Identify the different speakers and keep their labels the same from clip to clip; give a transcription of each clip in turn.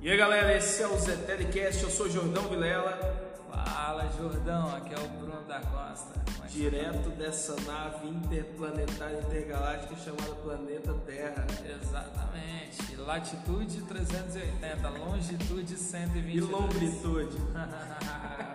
Speaker 1: E aí galera, esse é o Zetedcast, eu sou Jordão Vilela,
Speaker 2: Fala, Jordão. Aqui é o Bruno da Costa. Como é que
Speaker 1: direto dessa nave interplanetária intergaláctica chamada Planeta Terra.
Speaker 2: tá? Exatamente. Latitude 380, longitude 120.
Speaker 1: E longitude.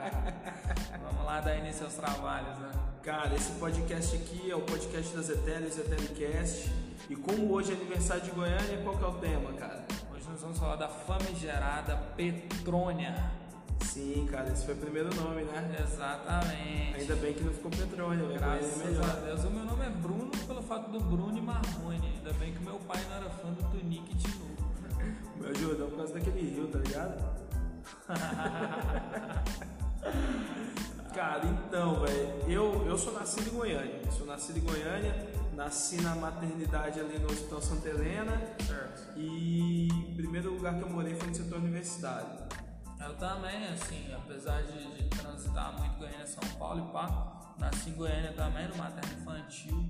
Speaker 2: Vamos lá dar início aos trabalhos, né?
Speaker 1: Cara, esse podcast aqui é o podcast da Zetélia, o Zetelecast. E como hoje é aniversário de Goiânia, qual que é o tema, cara?
Speaker 2: Hoje nós vamos falar da famigerada Petrônia.
Speaker 1: Né? Sim, cara, esse foi o primeiro nome, né?
Speaker 2: Exatamente.
Speaker 1: Ainda bem que não ficou Petrônio, né? Goiânia é
Speaker 2: Graças a
Speaker 1: melhor.
Speaker 2: Deus. O meu nome é Bruno pelo fato do Bruno e Marrone. Ainda bem que meu pai não era fã do Tunique de novo.
Speaker 1: Meu Jordão por causa daquele rio, tá ligado? Cara, então, velho, eu, eu sou nascido em Goiânia. Sou nascido em Goiânia, nasci na maternidade ali no Hospital Santa Helena.
Speaker 2: Certo.
Speaker 1: E o primeiro lugar que eu morei foi no setor universitário.
Speaker 2: Eu também, assim, apesar de, de transitar muito Goiânia, São Paulo e pá, nasci em Goiânia também, no materno infantil,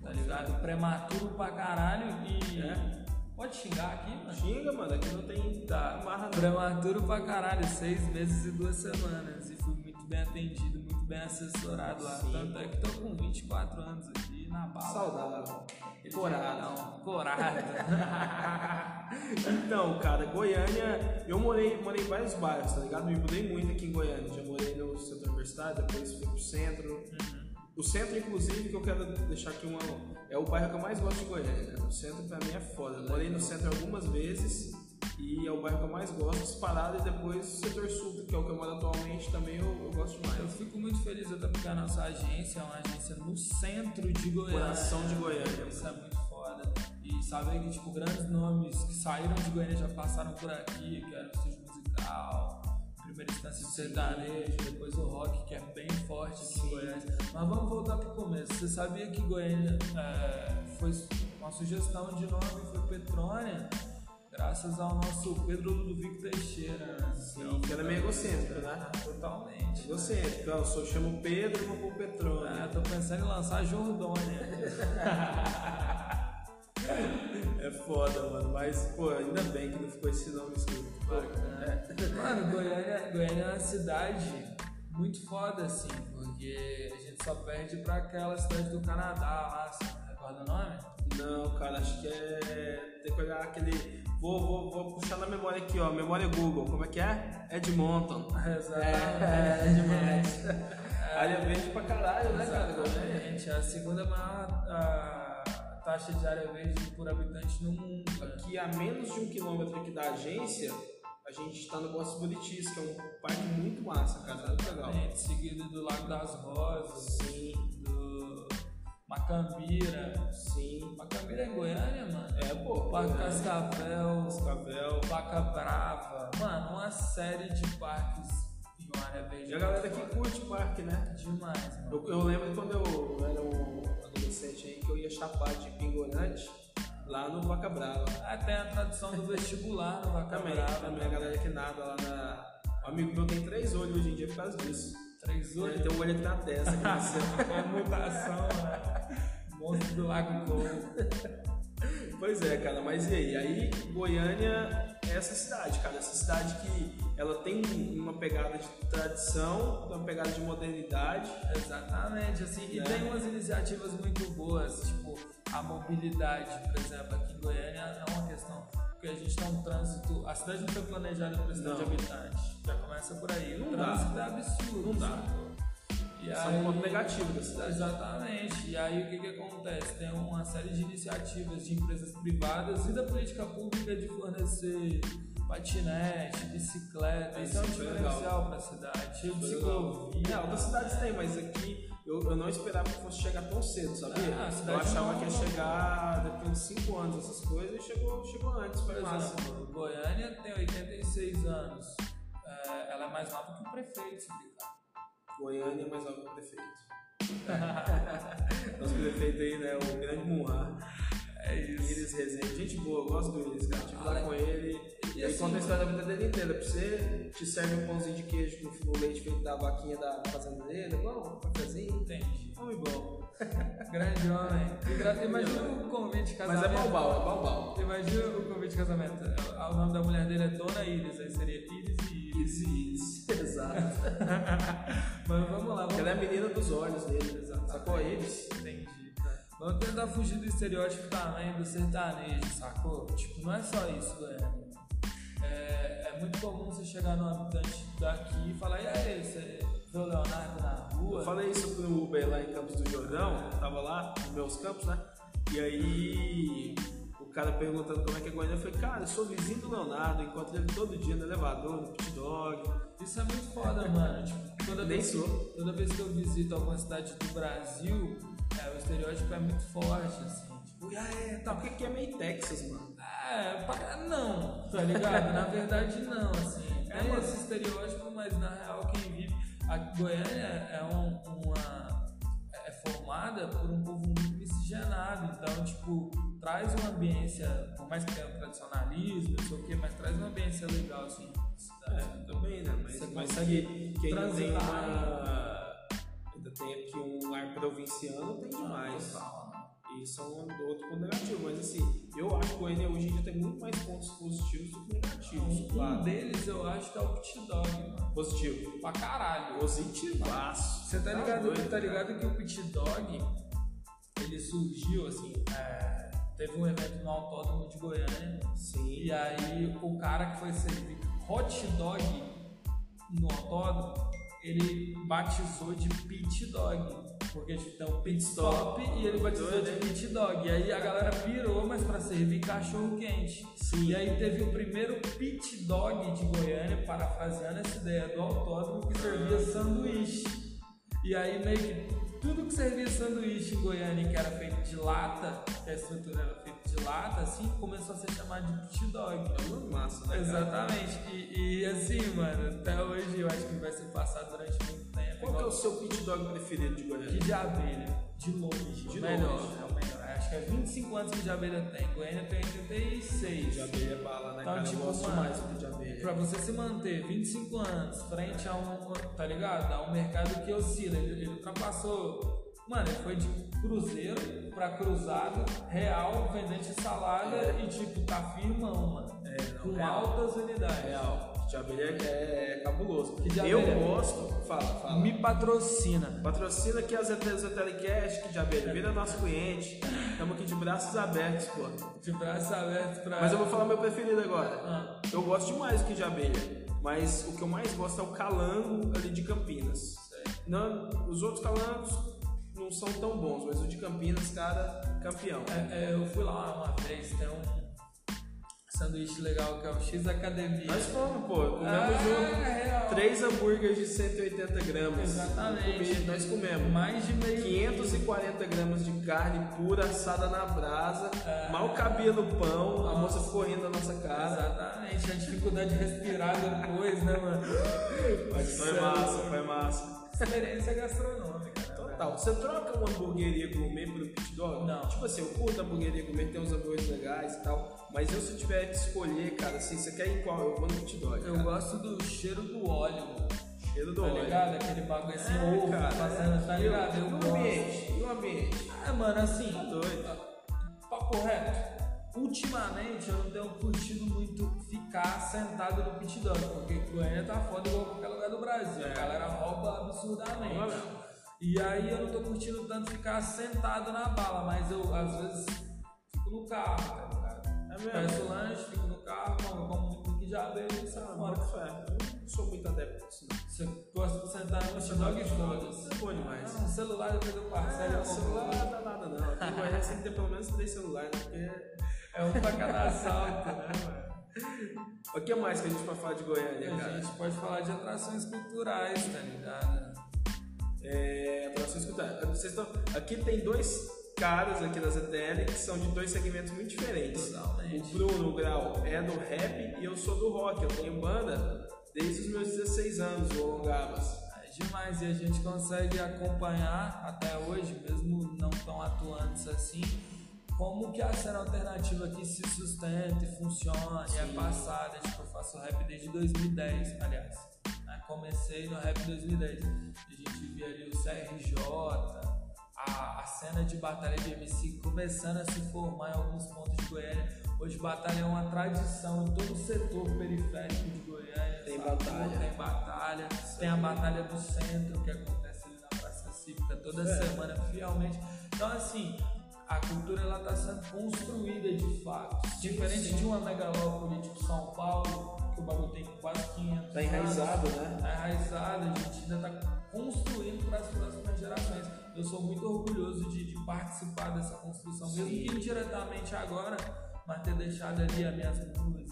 Speaker 2: tá ligado? Prematuro pra caralho e. né?
Speaker 1: É?
Speaker 2: Pode xingar aqui, mano?
Speaker 1: Xinga, mano, aqui não tem tá, marra não.
Speaker 2: Prematuro pra caralho, seis meses e duas semanas. E fui muito bem atendido, muito bem assessorado lá.
Speaker 1: Sim.
Speaker 2: Tanto é que tô com 24 anos aqui na bala.
Speaker 1: Saudável.
Speaker 2: Ele um já
Speaker 1: Corado.
Speaker 2: não, Corado.
Speaker 1: Então, cara, Goiânia, eu morei, morei em vários bairros, tá ligado? Me mudei muito aqui em Goiânia. Já morei no setor universitário, depois fui pro centro. O centro, inclusive, que eu quero deixar aqui uma. É o bairro que eu mais gosto de Goiânia, cara. O centro pra mim é foda. Eu morei no centro algumas vezes e é o bairro que eu mais gosto, disparado, e depois o setor sul, que é o que eu moro atualmente, também eu, eu gosto
Speaker 2: Eu
Speaker 1: demais.
Speaker 2: fico muito feliz até porque a nossa agência é uma agência no centro de Goiânia.
Speaker 1: Coração de Goiânia.
Speaker 2: Isso é muito foda. E saber que, tipo, grandes nomes que saíram de Goiânia já passaram por aqui, que era o Estúdio Musical, primeira instância de sertanejo, depois o rock, que é bem forte aqui em Goiânia. Mas vamos voltar pro começo. Você sabia que Goiânia é, foi uma sugestão de nome, foi Petrônia? Graças ao nosso Pedro Ludovico Teixeira. né?
Speaker 1: Sim, que era meio egocêntrico, né?
Speaker 2: Totalmente. né?
Speaker 1: Egocêntrico. Eu sou, chamo Pedro, vou pro Petrônio.
Speaker 2: Ah, tô pensando em lançar Jordônia.
Speaker 1: É foda, mano. Mas, pô, ainda bem que não ficou esse nome escrito. Pô,
Speaker 2: Mano, Goiânia, Goiânia é uma cidade muito foda, assim, porque a gente só perde pra aquela cidade do Canadá lá, assim, recorda o nome?
Speaker 1: Não, cara, acho que é. Tem que olhar aquele. Vou, vou, vou puxar na memória aqui, ó. Memória Google. Como é que é? Edmonton. É, Edmonton. Área verde pra caralho, né, cara? Goiânia?
Speaker 2: é, Exatamente, é a segunda maior ah, taxa de área verde por habitante no mundo. né?
Speaker 1: Que a menos de um quilômetro aqui da agência, a gente tá no Bosque Bonitis, que é um parque muito massa, cara. Muito legal.
Speaker 2: Exatamente, seguido do Lago das Rosas,
Speaker 1: Sim,
Speaker 2: do Macambira.
Speaker 1: sim.
Speaker 2: Macambira é Goiânia, mano?
Speaker 1: É, pô.
Speaker 2: Parque
Speaker 1: Goiânia,
Speaker 2: Cascavel,
Speaker 1: Cascavel.
Speaker 2: Vaca Brava, mano, uma série de parques em uma área verde.
Speaker 1: E a galera
Speaker 2: muito
Speaker 1: que curte parque, né?
Speaker 2: foda. É Demais, mano.
Speaker 1: Eu, eu lembro quando eu era um adolescente aí que eu ia chapar de pingorante lá no Vaca Brava.
Speaker 2: Até a tradução do vestibular no Vaca
Speaker 1: Também,
Speaker 2: Brava. né?
Speaker 1: também a galera que nada lá na. Um amigo meu tem três olhos hoje em dia por causa disso.
Speaker 2: Três
Speaker 1: Ele
Speaker 2: olhos.
Speaker 1: tem um olho aqui na testa, que nasceu.
Speaker 2: É mutação, né? Monstro do Lago Couro.
Speaker 1: Pois é, cara, mas e aí? Aí Goiânia é essa cidade, cara. Essa cidade que ela tem uma pegada de tradição, tem uma pegada de modernidade.
Speaker 2: Exatamente, assim. E
Speaker 1: É.
Speaker 2: tem umas iniciativas muito boas, tipo a mobilidade, por exemplo, aqui em Goiânia é uma questão. Porque a gente tá um trânsito. A cidade não foi planejada para cidade de
Speaker 1: Não.
Speaker 2: habitantes. Já começa por aí.
Speaker 1: Não
Speaker 2: o
Speaker 1: dá.
Speaker 2: trânsito é absurdo.
Speaker 1: Não dá.
Speaker 2: sacou? E
Speaker 1: Isso é
Speaker 2: aí-
Speaker 1: um ponto negativo da cidade.
Speaker 2: Exatamente. E aí o que, que acontece? Tem uma série de iniciativas de empresas privadas e da política pública de fornecer patinete, bicicleta.
Speaker 1: É,
Speaker 2: Isso é um
Speaker 1: isso foi
Speaker 2: diferencial para a cidade. Cheio de ciclovia.
Speaker 1: Não, É, outras cidades tem, mas aqui eu, eu não esperava que fosse chegar tão cedo, sabia?
Speaker 2: Ah, a
Speaker 1: eu
Speaker 2: cidade
Speaker 1: achava
Speaker 2: não,
Speaker 1: que ia
Speaker 2: não.
Speaker 1: chegar daqui uns 5 anos, essas coisas, e chegou, chegou antes,
Speaker 2: Por
Speaker 1: foi massa.
Speaker 2: exemplo, Goiânia tem 86 anos. É, ela é mais nova que o prefeito, se brincar.
Speaker 1: Goiânia é mais alto que o prefeito. Nosso prefeito aí, né? O grande Munhar.
Speaker 2: É
Speaker 1: Iris Rezende. Gente boa, eu gosto do Iris, cara. Tive lá
Speaker 2: Olha.
Speaker 1: com ele.
Speaker 2: E
Speaker 1: ele
Speaker 2: assim,
Speaker 1: conta a história da vida dele inteira pra você. Te serve um pãozinho de queijo com o leite feito da vaquinha da fazenda dele. É Bom, um cafezinho.
Speaker 2: Entendi.
Speaker 1: Homem bom.
Speaker 2: É Grande homem. Gra- Imagina o convite de
Speaker 1: Mas
Speaker 2: casamento.
Speaker 1: é balbal, é balbal.
Speaker 2: Imagina o convite de casamento. O nome da mulher dele é Dona Iris, aí seria Iris e Iris.
Speaker 1: Isso, isso. Exato.
Speaker 2: Mas vamos lá, vamos
Speaker 1: Ela é a menina dos olhos dele. É
Speaker 2: Exatamente.
Speaker 1: Sacou eles?
Speaker 2: Entendi. Vamos tentar fugir do estereótipo também do sertanejo, sacou? Tipo, não é só isso, Goiânia. É, é muito comum você chegar num habitante daqui e falar, e aí, você vê o Leonardo na rua?
Speaker 1: Eu falei isso pro Uber lá em Campos do Jordão, eu tava lá, nos meus campos, né? E aí o cara perguntando como é que é Goiânia, eu falei, cara, eu sou vizinho do Leonardo, encontro ele todo dia no elevador, no pit dog.
Speaker 2: Isso é muito foda, mano. Tipo, toda
Speaker 1: Nem
Speaker 2: vez, que,
Speaker 1: sou.
Speaker 2: toda vez que eu visito alguma cidade do Brasil, é, o estereótipo é muito forte, assim. Tipo, e aí,
Speaker 1: Tá,
Speaker 2: tá
Speaker 1: porque aqui é meio Texas, mano.
Speaker 2: É, pra- não, tá ligado? na verdade não, assim.
Speaker 1: É,
Speaker 2: É
Speaker 1: mano.
Speaker 2: esse estereótipo, mas na real quem vive. A Goiânia é um- uma. é formada por um povo muito miscigenado. Então, tipo, traz uma ambiência, por mais que tenha o tradicionalismo, não sei o quê, mas traz uma ambiência legal, assim. de cidade.
Speaker 1: É, também, né? Mas,
Speaker 2: Você
Speaker 1: mas
Speaker 2: consegue
Speaker 1: que, que ainda tem
Speaker 2: transitar. né?
Speaker 1: uma. Ainda tem aqui um ar provinciano, tem demais.
Speaker 2: Ah, Total, né?
Speaker 1: Isso é um outro ponto negativo, mas assim, eu acho que o Enem hoje em dia tem muito mais pontos positivos do que negativos.
Speaker 2: Um
Speaker 1: claro.
Speaker 2: deles eu acho que é o pit dog, mano.
Speaker 1: Positivo.
Speaker 2: Pra caralho.
Speaker 1: Positivaço.
Speaker 2: Você tá ligado,
Speaker 1: doido,
Speaker 2: tá
Speaker 1: cara.
Speaker 2: ligado que o Pit Dog ele surgiu assim, é, teve um evento no autódromo de Goiânia
Speaker 1: Sim.
Speaker 2: e aí o cara que foi servir hot dog no autódromo, ele batizou de Pit Dog. Porque tipo, tem um pit stop e ele batizou
Speaker 1: Doido,
Speaker 2: de
Speaker 1: hein?
Speaker 2: pit dog. E aí a galera pirou, mas pra servir cachorro quente.
Speaker 1: Sim.
Speaker 2: E aí teve o primeiro pit dog de Goiânia, parafraseando essa ideia do autódromo, que servia
Speaker 1: Ah.
Speaker 2: sanduíche. E aí meio que tudo que servia sanduíche em Goiânia, que era feito de lata, que a estrutura era feita de lata, assim, começou a ser chamado de pit dog.
Speaker 1: É uma massa, né? cara?
Speaker 2: Exatamente. E, e, assim, mano, até hoje eu acho que vai se passar durante muito tempo.
Speaker 1: Qual que é o seu pit dog preferido de
Speaker 2: Que
Speaker 1: Goiânia?
Speaker 2: de abelha, de longe,
Speaker 1: De
Speaker 2: o melhor,
Speaker 1: longe.
Speaker 2: é o melhor. Acho que é 25 anos que de abelha tem. Goiânia tem 86.
Speaker 1: De abelha é bala, né,
Speaker 2: Então,
Speaker 1: cara?
Speaker 2: tipo,
Speaker 1: eu gosto
Speaker 2: mano,
Speaker 1: demais do de abelha.
Speaker 2: Pra você se manter 25 anos frente a um, tá ligado? A um mercado que oscila, ele, ele ultrapassou. Mano, ele foi de cruzeiro pra cruzado, real, vendente de salada e tipo, tá firmão, mano.
Speaker 1: É, não,
Speaker 2: Com
Speaker 1: real.
Speaker 2: altas unidades.
Speaker 1: Real. De abelha é, é cabuloso.
Speaker 2: Que de
Speaker 1: eu
Speaker 2: abelha é-
Speaker 1: gosto. Fala, fala.
Speaker 2: Me patrocina.
Speaker 1: Patrocina aqui a ZT Telecast, que de abelha. Vira nosso cliente. Estamos aqui de braços abertos, pô.
Speaker 2: De braços abertos Tipo, pra.
Speaker 1: Mas eu vou falar meu preferido agora.
Speaker 2: Ah.
Speaker 1: Eu gosto demais do que de abelha, mas o que eu mais gosto é o calango ali de Campinas. Não, os outros calangos não são tão bons, mas o de Campinas, cara, campeão.
Speaker 2: É, é, eu fui lá uma vez, tem um sanduíche legal que é o X Academia.
Speaker 1: Nós fomos, pô,
Speaker 2: Ah,
Speaker 1: comemos junto.
Speaker 2: é real.
Speaker 1: Três hambúrgueres de 180 gramas.
Speaker 2: Exatamente.
Speaker 1: Comi- nós comemos.
Speaker 2: Mais de meio.
Speaker 1: 540 gramas de carne pura assada na brasa,
Speaker 2: É.
Speaker 1: mal cabia no pão, a moça ficou rindo da nossa cara.
Speaker 2: Exatamente, a dificuldade de respirar depois, né, mano?
Speaker 1: Mas foi massa, foi massa.
Speaker 2: Experiência gastronômica. né, velho?
Speaker 1: Total. Você troca uma hamburgueria gourmet por um pit dog?
Speaker 2: Não.
Speaker 1: Tipo assim, eu curto hamburgueria gourmet, tem uns hambúrgueres legais e tal. Mas eu, se tiver que escolher, cara, assim, você quer ir em qual? Eu vou no pit dog.
Speaker 2: Eu
Speaker 1: cara.
Speaker 2: gosto do cheiro do óleo, mano.
Speaker 1: Cheiro do
Speaker 2: Tá
Speaker 1: óleo.
Speaker 2: ligado? Aquele bagulho assim,
Speaker 1: É,
Speaker 2: ovo
Speaker 1: cara,
Speaker 2: passando, tá
Speaker 1: E o-
Speaker 2: ligado? Eu
Speaker 1: e o
Speaker 2: gosto.
Speaker 1: ambiente? E o ambiente?
Speaker 2: Ah, mano, assim.
Speaker 1: Tá doido.
Speaker 2: Papo reto. Ultimamente eu não tenho curtido muito ficar sentado no pit dog, porque Goiânia tá foda igual qualquer lugar do Brasil. A galera rouba absurdamente.
Speaker 1: É. Rouba mesmo.
Speaker 2: E aí eu não tô curtindo tanto ficar sentado na bala, mas eu às vezes fico no carro, tá ligado?
Speaker 1: É mesmo?
Speaker 2: Peço lanche, fico no carro, como, como um muito que já veio e saio
Speaker 1: Bora,
Speaker 2: fora.
Speaker 1: fé. Eu não sou muito adepto disso, não.
Speaker 2: Você gosta de sentar no pit dog e foda-se.
Speaker 1: Isso é bom demais.
Speaker 2: Ah, um celular depois eu parcelo.
Speaker 1: É,
Speaker 2: eu
Speaker 1: o
Speaker 2: compro
Speaker 1: celular não dá nada, não. Aqui no Goiás tem que ter pelo menos três celulares, né? porque...
Speaker 2: É um pra cada assalto, né,
Speaker 1: É,
Speaker 2: mano?
Speaker 1: O que mais que a gente pode falar de Goiânia,
Speaker 2: A
Speaker 1: cara?
Speaker 2: gente pode falar de atrações culturais, tá ligado?
Speaker 1: É, pra você escutar. Vocês estão, aqui tem dois caras aqui da ZTL que são de dois segmentos muito diferentes.
Speaker 2: Totalmente.
Speaker 1: O Bruno Grau é do rap e eu sou do rock. Eu tenho banda desde os meus 16 anos, o Longabas.
Speaker 2: É demais e a gente consegue acompanhar até hoje, mesmo não tão atuantes assim, como que a cena alternativa aqui se sustenta e funciona e é passada. Tipo, eu faço rap desde 2010, aliás. né? Comecei no rap em 2010. A gente via ali o CRJ, a, a cena de batalha de MC começando a se formar em alguns pontos de Goiânia. Hoje batalha é uma tradição em todo o setor periférico de Goiânia.
Speaker 1: Tem
Speaker 2: sabe?
Speaker 1: batalha.
Speaker 2: Tem batalha. Tem a batalha do centro que acontece ali na Praça Cívica toda
Speaker 1: É.
Speaker 2: semana, fielmente. Então assim, a cultura ela está sendo construída de fato. Diferente de uma megalópole tipo São Paulo, que o bagulho tem quase 500
Speaker 1: Tá enraizado,
Speaker 2: anos,
Speaker 1: né?
Speaker 2: Tá enraizado, a gente ainda tá construindo para as próximas gerações. Eu sou muito orgulhoso de, de participar dessa construção, mesmo que indiretamente agora, mas ter deixado ali as minhas músicas.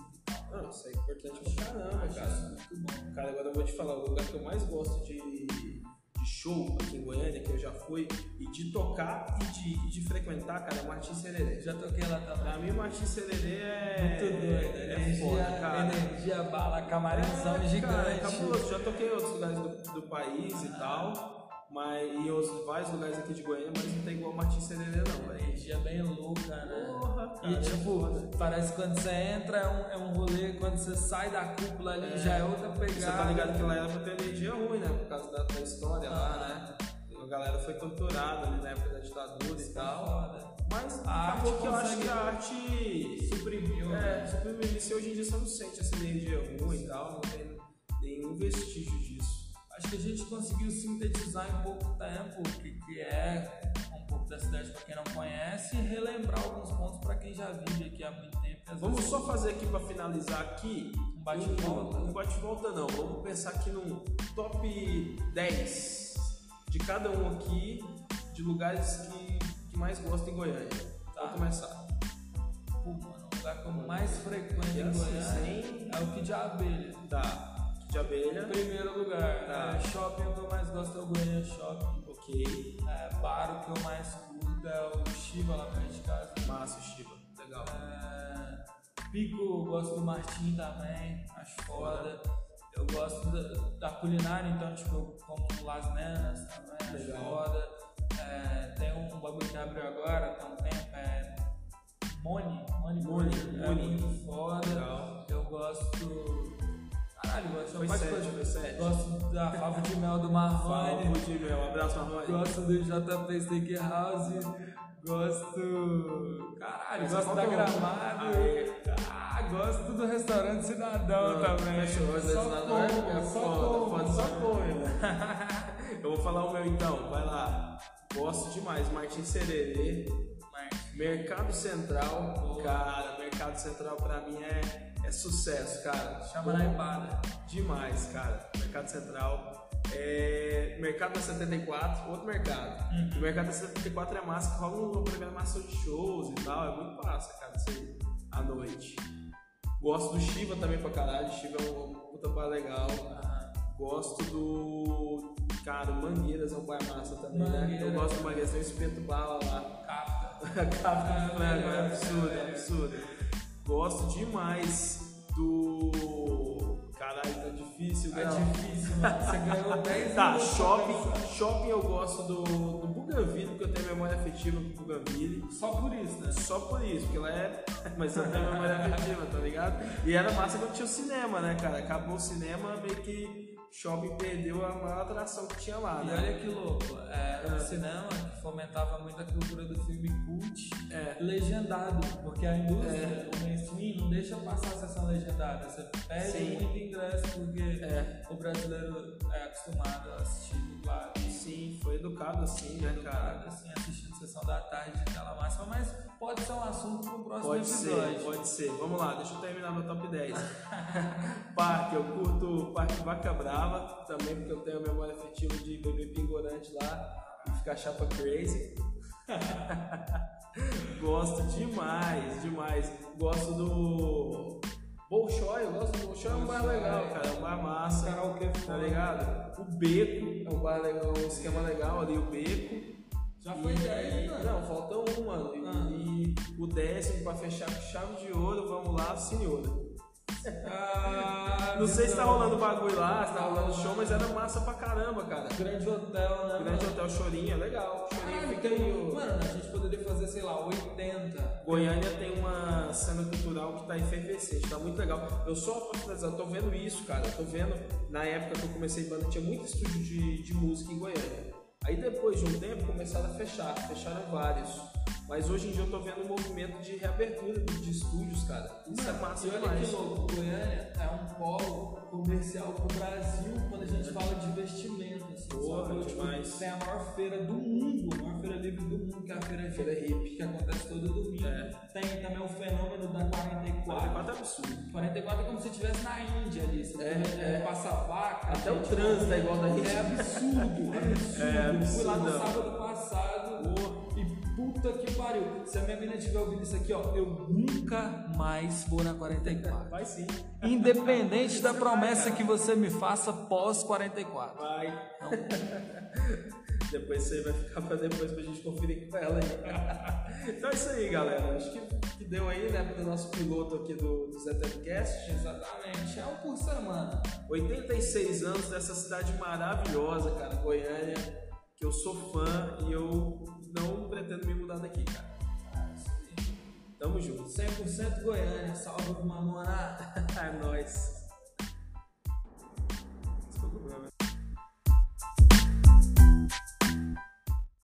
Speaker 1: Não, isso é importante pra caramba,
Speaker 2: Acho isso
Speaker 1: cara.
Speaker 2: muito bom.
Speaker 1: Cara, agora eu vou te falar, o lugar que eu mais gosto de, de show aqui em Goiânia, que eu já fui, e de tocar e de, e de frequentar, cara, é o Martins Sererê.
Speaker 2: Já toquei lá também.
Speaker 1: Pra mim, o Martins Sererê é.
Speaker 2: Muito doido,
Speaker 1: é,
Speaker 2: energia,
Speaker 1: foda, cara.
Speaker 2: energia, bala, camarinzão
Speaker 1: Cara, é
Speaker 2: gigante.
Speaker 1: cabuloso. Já toquei em outros lugares do, do país e tal, mas, e outros vários lugares aqui de Goiânia, mas não tem igual o Martins Sererê, não,
Speaker 2: Uma
Speaker 1: velho.
Speaker 2: energia bem louca, né?
Speaker 1: Porra, cara,
Speaker 2: e
Speaker 1: é
Speaker 2: tipo,
Speaker 1: foda.
Speaker 2: parece que quando você entra é um, é um rolê, quando você sai da cúpula ali já é outra pegada. Tá,
Speaker 1: Você tá ligado que lá era pra ter energia ruim, né? Por causa da, da história lá, né?
Speaker 2: Ah.
Speaker 1: A galera foi torturada ali na época da ditadura e tal.
Speaker 2: é Foda.
Speaker 1: Mas
Speaker 2: A arte
Speaker 1: acabou que eu acho
Speaker 2: consegue-
Speaker 1: que a arte suprimiu. É, suprimiu isso e hoje em dia você não sente essa energia ruim e tal, não tem nenhum vestígio disso.
Speaker 2: Acho que a gente conseguiu sintetizar em pouco tempo o que, que é um pouco da cidade pra quem não conhece e relembrar alguns pontos pra quem já vive aqui há muito tempo. Às
Speaker 1: Vamos
Speaker 2: vezes-
Speaker 1: só fazer aqui pra finalizar aqui.
Speaker 2: Um bate-volta.
Speaker 1: Um, um bate-volta não. Vamos pensar aqui num top 10 de cada um aqui, de lugares que, que mais gosta em Goiânia.
Speaker 2: Tá.
Speaker 1: Vamos começar.
Speaker 2: Pô, mano, o lugar que eu mais frequento
Speaker 1: E
Speaker 2: em
Speaker 1: assim,
Speaker 2: Goiânia
Speaker 1: sem-
Speaker 2: é o que de abelha.
Speaker 1: Tá. De
Speaker 2: Em
Speaker 1: abelha.
Speaker 2: primeiro lugar,
Speaker 1: Tá.
Speaker 2: é, shopping o que eu mais gosto é o Goiânia Shopping.
Speaker 1: Ok.
Speaker 2: É, bar o que eu mais curto é o Shiva lá perto de casa.
Speaker 1: Massa, Shiba. Legal.
Speaker 2: É, Pico, eu gosto do Martim também, acho foda. Eu gosto da, da culinária, então, tipo, eu como lasnenas também, acho
Speaker 1: Legal.
Speaker 2: foda. É, tem um bagulho que abriu agora, tem um tempo, é Moni, Moni
Speaker 1: Moni,
Speaker 2: Burger, é
Speaker 1: Moni.
Speaker 2: muito foda.
Speaker 1: Legal.
Speaker 2: Eu gosto... Caralho, eu gosto
Speaker 1: Foi
Speaker 2: de uma
Speaker 1: sete, foi sete.
Speaker 2: Gosto da fava de mel do Marrone.
Speaker 1: Fala, de meu. Um abraço, Marrone.
Speaker 2: Gosto do JP Steak House. Gosto. Caralho,
Speaker 1: Mas
Speaker 2: gosto
Speaker 1: qual
Speaker 2: da
Speaker 1: que é o-
Speaker 2: gramado.
Speaker 1: Ah, é.
Speaker 2: Ah, gosto do restaurante
Speaker 1: Não,
Speaker 2: Cidadão também.
Speaker 1: Fechou, às vezes
Speaker 2: Só
Speaker 1: na
Speaker 2: como,
Speaker 1: Noruega é
Speaker 2: só
Speaker 1: foda,
Speaker 2: como,
Speaker 1: foda,
Speaker 2: só
Speaker 1: só
Speaker 2: como.
Speaker 1: come. Eu vou falar o meu então, vai lá. Gosto demais, Martins Sererê, Mercado Central. Cara, Mercado Central pra mim é, é sucesso, cara.
Speaker 2: Chama na empada.
Speaker 1: Demais, cara. Mercado Central. É, Mercado da 74, outro mercado. O mercado da 74 é massa, que rola uma programação de shows e tal. É muito massa, cara, isso aí, à noite. Gosto do Shiva também pra caralho. Shiva é um puta bar legal. Ah, Gosto do. Cara, o Mangueiras é um bar massa também, né?
Speaker 2: Mangueiras.
Speaker 1: Eu gosto do Mangueiras, tem um espeto bala lá.
Speaker 2: Ah, Capta.
Speaker 1: Capa de frango, é
Speaker 2: É,
Speaker 1: absurdo, é
Speaker 2: é.
Speaker 1: absurdo. Gosto demais do. Caralho, tá difícil,
Speaker 2: É
Speaker 1: né?
Speaker 2: difícil, mano. Você ganhou 10
Speaker 1: Tá,
Speaker 2: minutos pra pensar.
Speaker 1: shopping, shopping eu gosto do, do Bougainville, porque eu tenho memória afetiva com o Bougainville.
Speaker 2: Só por isso, né?
Speaker 1: Só por isso, porque ela é. Mas eu tenho memória afetiva, tá ligado? E era massa quando tinha o cinema, né, cara? Acabou o cinema, meio que o shopping perdeu a maior atração que tinha lá,
Speaker 2: E
Speaker 1: né?
Speaker 2: olha que louco, é, o cinema que fomentava muito a cultura do filme cult,
Speaker 1: É.
Speaker 2: legendado, porque a indústria, o mainstream, não deixa passar a sessão legendada, você perde
Speaker 1: Sim.
Speaker 2: muito ingresso porque
Speaker 1: É.
Speaker 2: o brasileiro é acostumado a assistir dublado,
Speaker 1: Sim, foi educado assim, né, cara?
Speaker 2: educado, assim, assistindo sessão da tarde, aquela máxima, mas pode ser um assunto para um próximo
Speaker 1: Pode
Speaker 2: episódio.
Speaker 1: ser, pode ser. Vamos lá, deixa eu terminar meu top 10. parque, eu curto o Parque Vaca Brava, também porque eu tenho a memória afetiva de beber pingorante lá e ficar chapa crazy. Gosto demais, demais. Gosto do Bolshoi, eu gosto do Bolshoi, é um bar
Speaker 2: Bolshoi.
Speaker 1: legal, cara, é um bar massa.
Speaker 2: Karaokê
Speaker 1: tá
Speaker 2: foda.
Speaker 1: ligado? O Beco é um bar legal, um esquema legal ali, o Beco.
Speaker 2: Já foi
Speaker 1: E-
Speaker 2: 10, mano.
Speaker 1: Não, faltou um, mano. E-
Speaker 2: Ah.
Speaker 1: E o décimo pra fechar com chave de ouro, vamos lá, Cine Ouro.
Speaker 2: Ah,
Speaker 1: Não sei se tá
Speaker 2: então,
Speaker 1: rolando bagulho lá, se tá rolando show, mas era massa pra caramba, cara.
Speaker 2: Grande hotel, né?
Speaker 1: Grande Hotel Chorinho é legal. Chorinho
Speaker 2: Caralho,
Speaker 1: fica
Speaker 2: tem, um,
Speaker 1: em.
Speaker 2: mano, a gente poderia fazer, sei lá, 80
Speaker 1: Goiânia tem uma cena cultural que tá efervescente, tá muito legal. Eu só pra finalizar, eu tô vendo isso, cara. Eu tô vendo, na época que eu comecei banda, tinha muito estúdio de, de música em Goiânia. Aí depois de um tempo começaram a fechar, fecharam vários. Mas hoje em dia eu tô vendo um movimento de reabertura de de estúdios, cara. Isso é massa
Speaker 2: E olha
Speaker 1: demais.
Speaker 2: que louco, Goiânia é um polo comercial pro Brasil quando a gente fala de investimento. Assim,
Speaker 1: Porra,
Speaker 2: sabe? Tipo,
Speaker 1: demais.
Speaker 2: Tem a maior feira do mundo, a maior feira livre do mundo, que é a Feira
Speaker 1: Feira
Speaker 2: Hip, que acontece todo domingo.
Speaker 1: É.
Speaker 2: Tem também o fenômeno da 44.
Speaker 1: 44 é absurdo.
Speaker 2: 44 é como se estivesse na Índia ali. Você
Speaker 1: É,
Speaker 2: tem,
Speaker 1: é.
Speaker 2: Passa vaca.
Speaker 1: Até o
Speaker 2: gente,
Speaker 1: trânsito é igual da gente.
Speaker 2: É absurdo, absurdo.
Speaker 1: É
Speaker 2: Fui lá no
Speaker 1: absurdão.
Speaker 2: sábado passado e puta que pariu. Se a minha menina tiver ouvindo isso aqui, ó, eu nunca mais vou na 44.
Speaker 1: Vai sim.
Speaker 2: Independente da promessa que você me faça pós 44.
Speaker 1: Vai.
Speaker 2: Não.
Speaker 1: Depois você vai ficar pra depois pra gente conferir com ela aí. então é isso aí, galera. Acho que, que deu aí, né, pro nosso piloto aqui do, do ZTCast.
Speaker 2: Exatamente, é um por semana.
Speaker 1: 86 anos dessa cidade maravilhosa, cara, Goiânia, que eu sou fã e eu não pretendo me mudar daqui, cara.
Speaker 2: Ah, isso aí.
Speaker 1: Tamo junto.
Speaker 2: 100% Goiânia, salve o Mamona.
Speaker 1: é nóis.